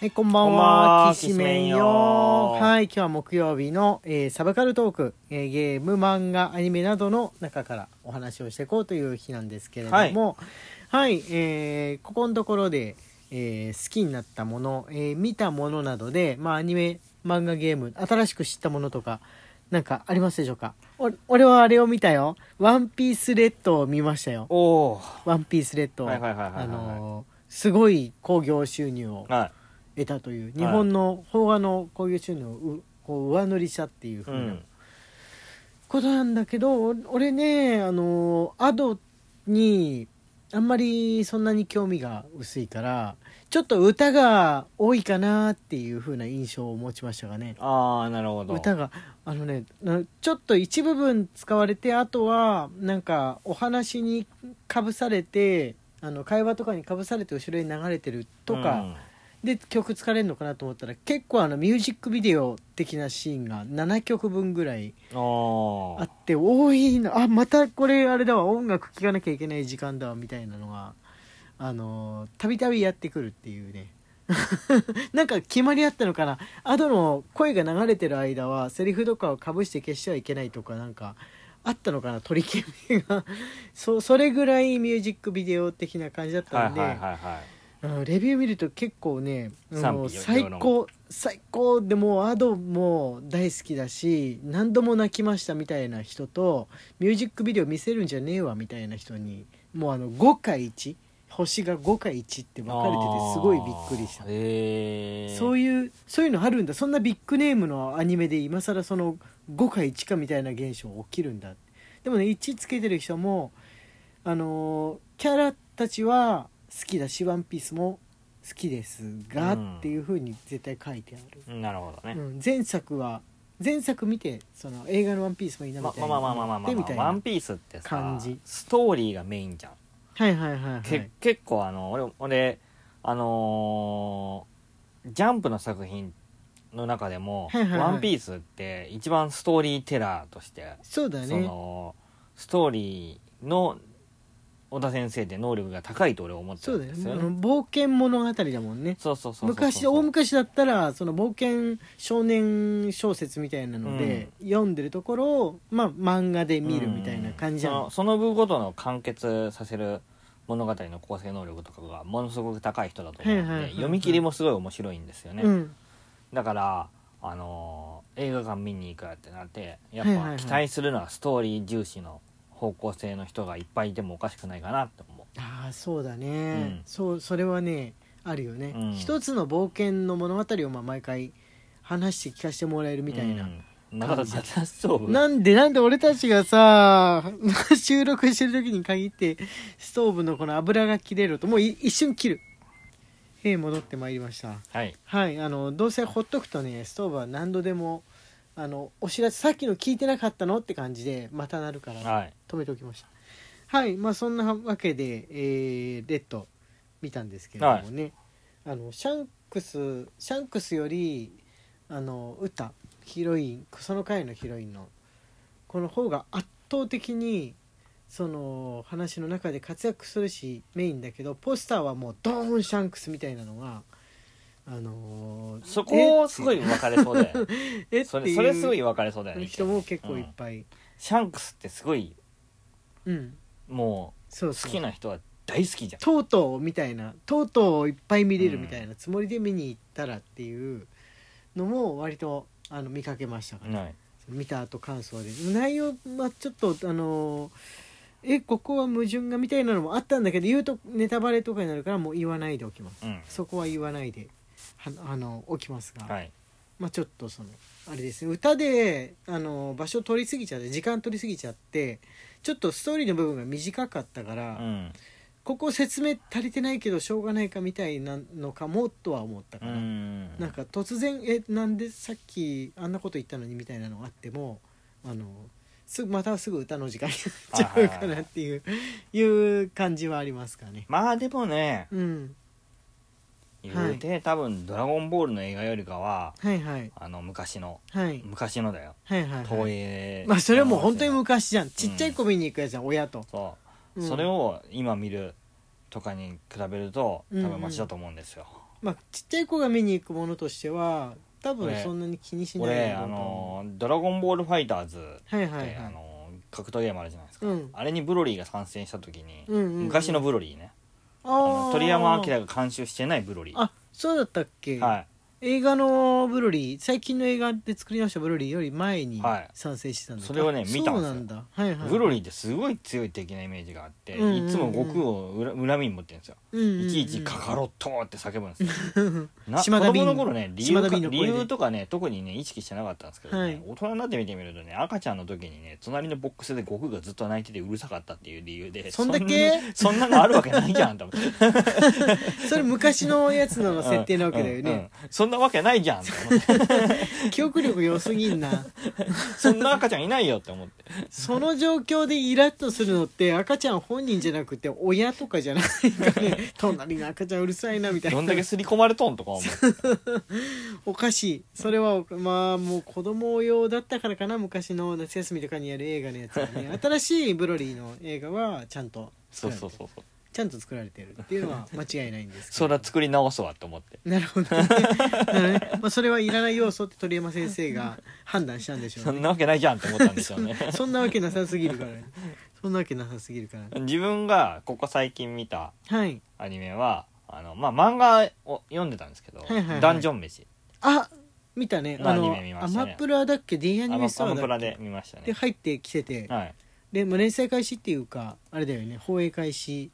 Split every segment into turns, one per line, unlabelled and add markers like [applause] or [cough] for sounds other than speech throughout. はい、こんばん
こんばん
は。
は
きしめ
き
ん
しめん
よ
よ。
はい、今日は木曜日の、えーサブカルトーク、えーゲーム、漫画、アニメなどの中からお話をしていこうという日なんですけれども、はい、えーここのところで、えー好きになったもの、えー見たものなどで、まあ、アニメ、漫画、ゲーム、新しく知ったものとか、なんかありますでしょうかお俺はあれを見たよ。ワンピースレッドを見ましたよ。
おお
ワンピースレッド。
はいはいはいはいはい
あのーすごい興行収入を
は
得たという日本の邦画のこういう収入をうこう上乗りしたっていう
い、う、
ふうなんことなんだけど、お俺ねあのアドにあんまりそんなに興味が薄いからちょっと歌が多いかなっていうふうな印象を持ちましたがね
ああなるほど
歌
が
があのねなちょっと一部分使われてあとはなんかお話にかぶされてあの会話とかにかぶされて後ろに流れてるとか。で曲疲れるのかなと思ったら結構あのミュージックビデオ的なシーンが7曲分ぐらい
うん、お
あって多いなあまたこれあれだわ音楽聴かなきゃいけない時間だわみたいなのがあのーたびたびやってくるっていうね [laughs] なんか決まりあったのかなアドの声が流れてる間はセリフとかをかぶして消してはいけないとかなんかあったのかな取り決めが [laughs] そそれぐらいミュージックビデオ的な感じだっ
ーは
た
い
んで、
はいはいは
うんレビュー見ると結構ねあ
賛
の
否
最
両論
高最高でもうアドも大好きだし何度も泣きましたみたいな人とミュージックビデオ見せるんじゃねえわみたいな人にもうあの5回1星が5回1って
い
分かれててすごいびっくりした
へえ
そう
いう
いうそういうのあるんだそんなビッグネームのアニメで今更その5か1かみたいな現象起きるんだでもね1つけてる人もあのーキャラたちは好きだし「ワンピースも好きですが、
うん
っていう風に絶対書いてあ
うんなるほどね
る、、うん、前作は前作見てその映画の「ワンピースもいいなみ
ま
たい
ま
な
あまあまあまあまあまあ、
でみたいな
ワ
は
ン
い
ピースってさ
感じ
ストーリーがメインじゃん、
はいはいはい
け結構あの俺俺あのージャンプの作品の中でも「
はいはいはい
ワンピースって一番ストーリーテラーとして
そうだ
そ
ね
のストーリーの小田先生って能力が高いと俺は思って
そ
る
うんだよ
で
ね
す
あ
よ
の
ね。
冒険物語だもんね
そうそうそうそうそう
昔大昔だったらその冒険少年小説みたいなので、読んでるところを、まあ、漫画で見るみたいな感じじゃ、
うんんそのその部ごとの完結させる物語の構成能力とかがものすごく高い人だと思うんで、
はいはいはいはい
読み切りもすごい面白いんですよね、
うん
だからあのー映画館見に行くってなってや
はいはい
っ
はい
ぱ期待するのはストーリー重視の方向性の人がいっぱいいてもおかしくないかなって思う
ああそうだね、
ん
そうそれはねあるよね、
うん
一つの冒険の物語をまあ毎回話して聞かせてもらえるみたいな、
うん、なん [laughs] か雑そう
なんでなんで俺たちがさ [laughs] 収録してる時に限ってストーブのこの油が切れるともうい一瞬切るへえ戻ってまいりました
はい
はいあのどうせほっとくとねストーブは何度でもあのお知らせさっきの聞いてなかったのって感じでまたなるから
はい
止めておきましたはいまあそんなわけで、えーレッド見たんですけれどもね、あのシャンクスシャンクスよりあの歌ヒロインその回のヒロインのこの方が圧倒的にその話の中で活躍するしメインだけどポスターはもうドーンシャンクスみたいなのがあのー
そこすごい分かれそうで
え [laughs] えって
そ
い
れ
う
それすごい分かれそうだよね
人も結構いっ
うん
ぱい、
シャンクスってすごい
うん
も
そうう
好
そう
きな人は大好きじゃん
とうとうみたいなとうとういっぱい見れるみたいなつもりで見に行ったらっていうのも割とあの見かけましたから、
はい
見た後感想で内容はちょっとあのえここは矛盾がみたいなのもあったんだけど言うとネタバレとかになるからもう言わないでおきます
うん
そこは言わないではあのおきますが、
はい
まあちょっとそのあれですね歌であの場所取り過ぎちゃって時間取り過ぎちゃってちょっとストーリーの部分が短かったか
う
ら、
ん
ここ説明足りてないけどしょうがないかみたいなのかもとは思った
う
から、
ん
なんか突然「えなんでさっきあんなこと言ったのに」みたいなのがあってもあのすまたすぐ歌の時間になっちゃうかなっていういう感じはありますかね。
まあでもね
うん、
言うて多分「ドラゴンボール」の映画よりかは
はいはい
あの昔の
はい
昔のだよ
はいはい、
東
はい、
映
まあそれはもう本当に昔じゃんちっちゃい子見に行くやつじゃん親と。
そううんそれを今見るとかに比べると多
うんうん
分マシだと思うんですよ
まあちっちゃい子が見に行くものとしては多分
俺
そんなに気にしない
俺
だろ
あ
うと思
のードラゴンボールファイターズ」って、
うはいはいは
あ
い
のー格闘ゲームあるじゃないですか、
うん
あれにブロリーが参戦した時に、
うんうんうん
昔のブロリーねあ
あ
の
ー
鳥山明が監修してないブロリー
あそうだったっけ、
は
映画のブロリー最近の映画で作り直したブロリーより前に
はい
賛成してたんだ、
それをね見た
あ
んですよ、
そうなんだ、はいはい
ブロリーってすごい強い的なイメージがあって、
うんうんうん
いつも悟空を恨恨みに持ってるんですよ、
い
いちいち「カカロット!」って叫ぶんですよな子
島田
供
瓶
の頃ね理由
島田
か
瓶の声
理
で
由とかね特にね意識してなかったんですけど、ね
はい
大人になって見てみるとね赤ちゃんの時にね隣のボックスで悟空がずっと泣いててうるさかったっていう理由で
そんだけ
そんなそんなのあるわけないじゃんと思って
[laughs] それ昔のやつの設定なわけだよね、
うんうんそんなわけないじ
[laughs]
ゃんと思って
記憶力良すぎんな
そんな赤ちゃんいないよって思っ
[laughs]
て
その状況でイラッとするのって赤ちゃん本人じゃなくて親とかじゃないかね隣の赤ちゃんうるさいなみたい
どんだ
な
け刷り込まれとんとか思
[laughs]
って
おかしいそれはおまあもう子供用だったからかな昔の夏休みとかにやる映画のやつは
[laughs]
ね新しいブロリーの映画はちゃんと
そ
作
う
られ
そうそ
てる
うそう
ちゃんと作られてるっていうのは間違いないんですけ
そ
ど
りゃ作り直すわと思って
なるほどねなるほどねまあ、それはいらない要素って鳥山先生が判断したんでしょ
そう
ね
んなわけないじゃんって思ったんですよ
[laughs]
ね
そんなわけなさすぎるからねそんなわけなさすぎるからね
自分がここ最近見た
はい
アニメはあの、まあ、漫画を読んでたんですけど「
はいはいはい
ダンジョン飯
あ見たね
まあ
あの
アニメ見ま
ア
したね
マプラだっけ D」ア
ア
ニ
マ
メスト
ア
ア
マプ
だ
ラ
っ
で
け
見ました
で
ね、
入ってきてて
はい、
で、まあ、連載開始っていうかあれだよね放映開始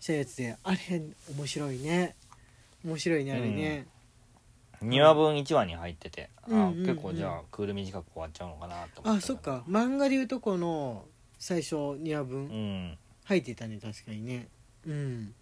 したやつであれ面白いね面白いねあれね、
2話分1話に入ってて、
うん
あ
うんうん
結構じゃあクール短く終わっちゃうのかなと思った
あそっか漫画でいうとこの最初2話
う
分
ん
入ってたね確かにねうん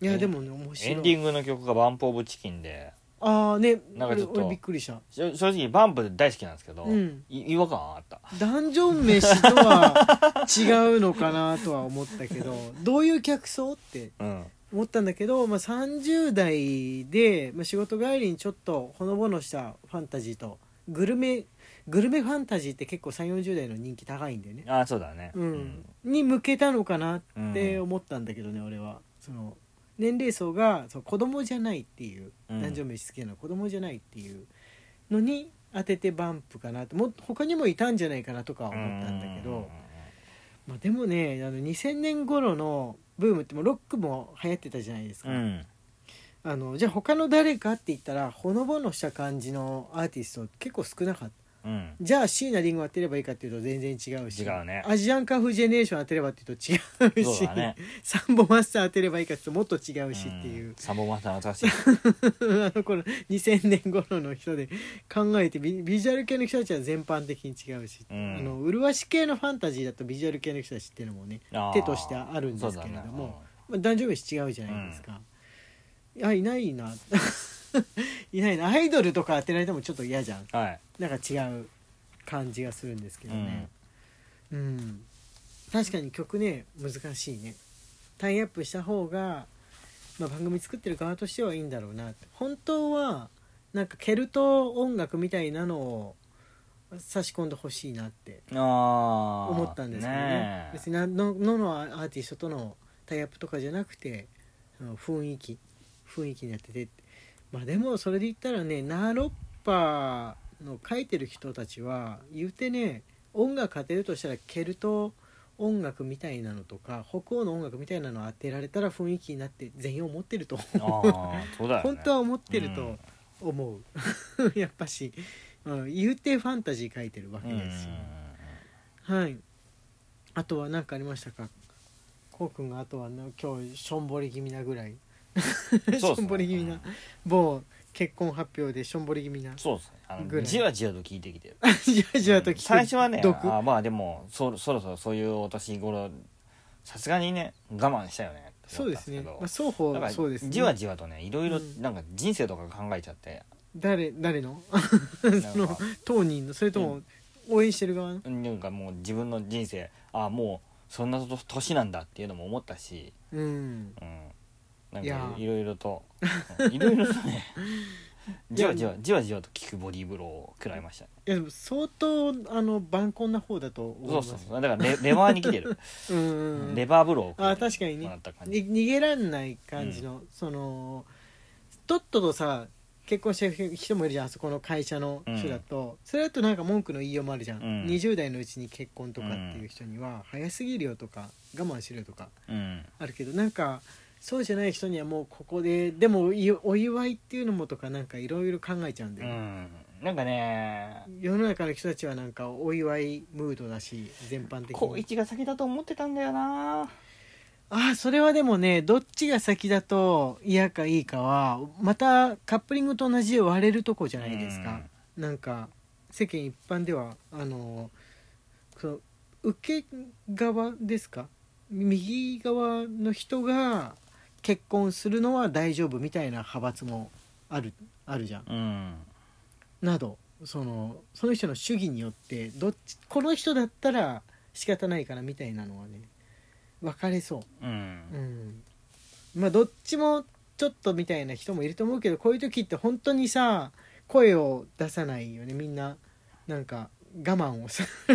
い
え
やでもね面白い
エンディングの曲が「バンプ・オブ・チキンで」
ああね
なんかちょっと
俺俺びっくりした
しょ正直バンプ大好きなんですけど、
うん
い違和感あった
ダンジョン飯とは違うのかなとは思ったけどどういう客層って
うん
思ったんだけど、まあ、30代で、まあ、仕事帰りにちょっとほのぼのしたファンタジーとグルメグルメファンタジーって結構3 4 0代の人気高いんだよね、
あそうだね
うん、に向けたのかなって
うん
思ったんだけどね、俺はその年齢層がそう子供じゃないっていう、
うん
男女飯好きなのは子供じゃないっていうのに当ててバンプかなともっと他にもいたんじゃないかなとかは
うん
思ったんだけど。
うん
まあ、でもねあの2000年頃のブームってもうロックも流行ってたじゃないですか、
うん
あのじゃあ他の誰かって言ったらほのぼのした感じのアーティスト結構少なかった
うん
じゃあ椎名林檎当てればいいかっていうと全然違うし
違うね
アジアンカフージェネレーション当てればっていうと違う
そう
し
だね
サンボマスター当てればいいかっていうともっと違うしっていう、
んサンボマスター懐かしい
[laughs] あの頃2000年頃の人で考えてビビジュアル系の人たちは全般的に違うし、
うん
あの麗し系のファンタジーだとビジュアル系の人たちっていうのもね
あー
手としてあるんですけ
そ
れども
うだね
まあ、男女飯違うじゃないですか、いやいないな [laughs] いないなアイドルとか当てられてもちょっと嫌じゃん
うんはい
なんか違う感じがするんですけどねうん、確かに曲ね難しいねタイアップした方が、まあ、番組作ってる側としてはいいんだろうなって本当はなんかケルト音楽みたいなのを差し込んでほしいなって
ああ
思ったんですけどね
ねえ
別に何のののアーティストとのタイアップとかじゃなくてあの雰囲気雰囲気にやっててまあでもそれで言ったらねナーロッパの書いてる人たちは言うてね音楽当てるとしたらケルト音楽みたいなのとか北欧の音楽みたいなの当てられたら雰囲気になって全員思ってると思う
ああそうだよ、ね、
本当は思ってると思う、 [laughs] やっぱし、うん、言うてファンタジー書いてるわけですよ、はい。あとは何かありましたか。こうくんがあとはな今日しょんぼり気味なぐら
う
い。
んそうっすね
[laughs] しょんぼり気味な某結婚発表でしょんぼり気味な。
そうですねあ
ぐ
の
らい
じわじわと聞いてきてる
じわじわと聞く。
最初はね
毒。
あまあでもそそろそろそういうお年頃さすがにね我慢したよねって
そ
思
う
っ
で
たん
す
け
ね。
ど
まあ双方
だから
そうですね。
じわじわとねいろいろ
うん
なんか人生とか考えちゃって、
誰誰の？
なん
その
か
当人のそれと
う
も応援してる側の？
なんかもう自分の人生ああもうそんなと年なんだっていうのも思ったし、
うん。
うん、なん
いや
かいろいろ
[laughs]
とうんいろいろとねじわじわじわじわと効くボディーブローを食らいましたね
いやでも相当あの晩婚な方だと思い
そ
ま
う
す。
そうそうだからレレバーに来てる
うんうんうん。
レバーブローを食ら
あ確かにね
もらった感じ
に逃げらんない感じの、そのトットとさ結婚してる人もいるじゃんあそこの会社の人だと、それだとなんか文句の言いようもあるじゃ
う
ん、
ん
20代のうちに結婚とかっていう人には、早すぎるよとか我慢しろよとか
うん
あるけどなんかそうじゃない人にはもうここででもいお祝いっていうのもとかなんかいろいろ考えちゃうんだ
う
よ、
んなんかね
世の中の人たちはなんかお祝いムードだし全般的
高
に
一が先だと思ってたんだよな
ああそれはでもねどっちが先だと嫌かいいかはまたカップリングと同じで割れるとこじゃないですか、なんか世間一般ではあのその受け側ですか右側の人が結婚するのは大丈夫みたいな派閥もあるあるじゃん。
うん
などそのその人の主義によってどっちこの人だったら仕方ないからみたいなのはね分かれそ
う
う。うんんまあどっちもちょっとみたいな人もいると思うけどこういう時って本当にさ声を出さないよねみんななんか我慢をさ [laughs] 我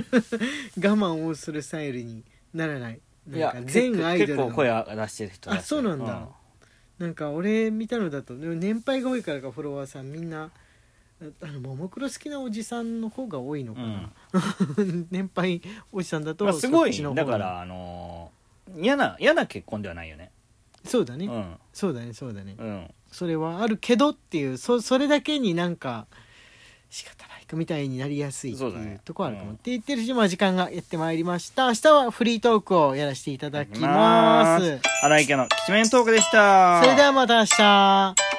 慢をするスタイルにならない
い
なん
や
か全アイドル
結構
の
声出してる人だった
あそうなんだなんか俺見たのだとでも年配が多いからかフォロワーさんみんなあのももクロ好きなおじさんの方が多いの
う
か
ん、
な、 [laughs] 年配おじさんだと、
まあ、すご
そっち
い
の方
だからあのー嫌な嫌な結婚ではないよね
そうだね、
うん
そうだねそうだね、
うん
それはあるけどっていうそそれだけになんか仕方ないかみたいになりやすいって
そうだ
い
ね
うとこあるかも、
うん
って言ってる時間時間がやってまいりました明日はフリートークをやらせていただきます
荒井家のきちめんトークでした
それではまた明日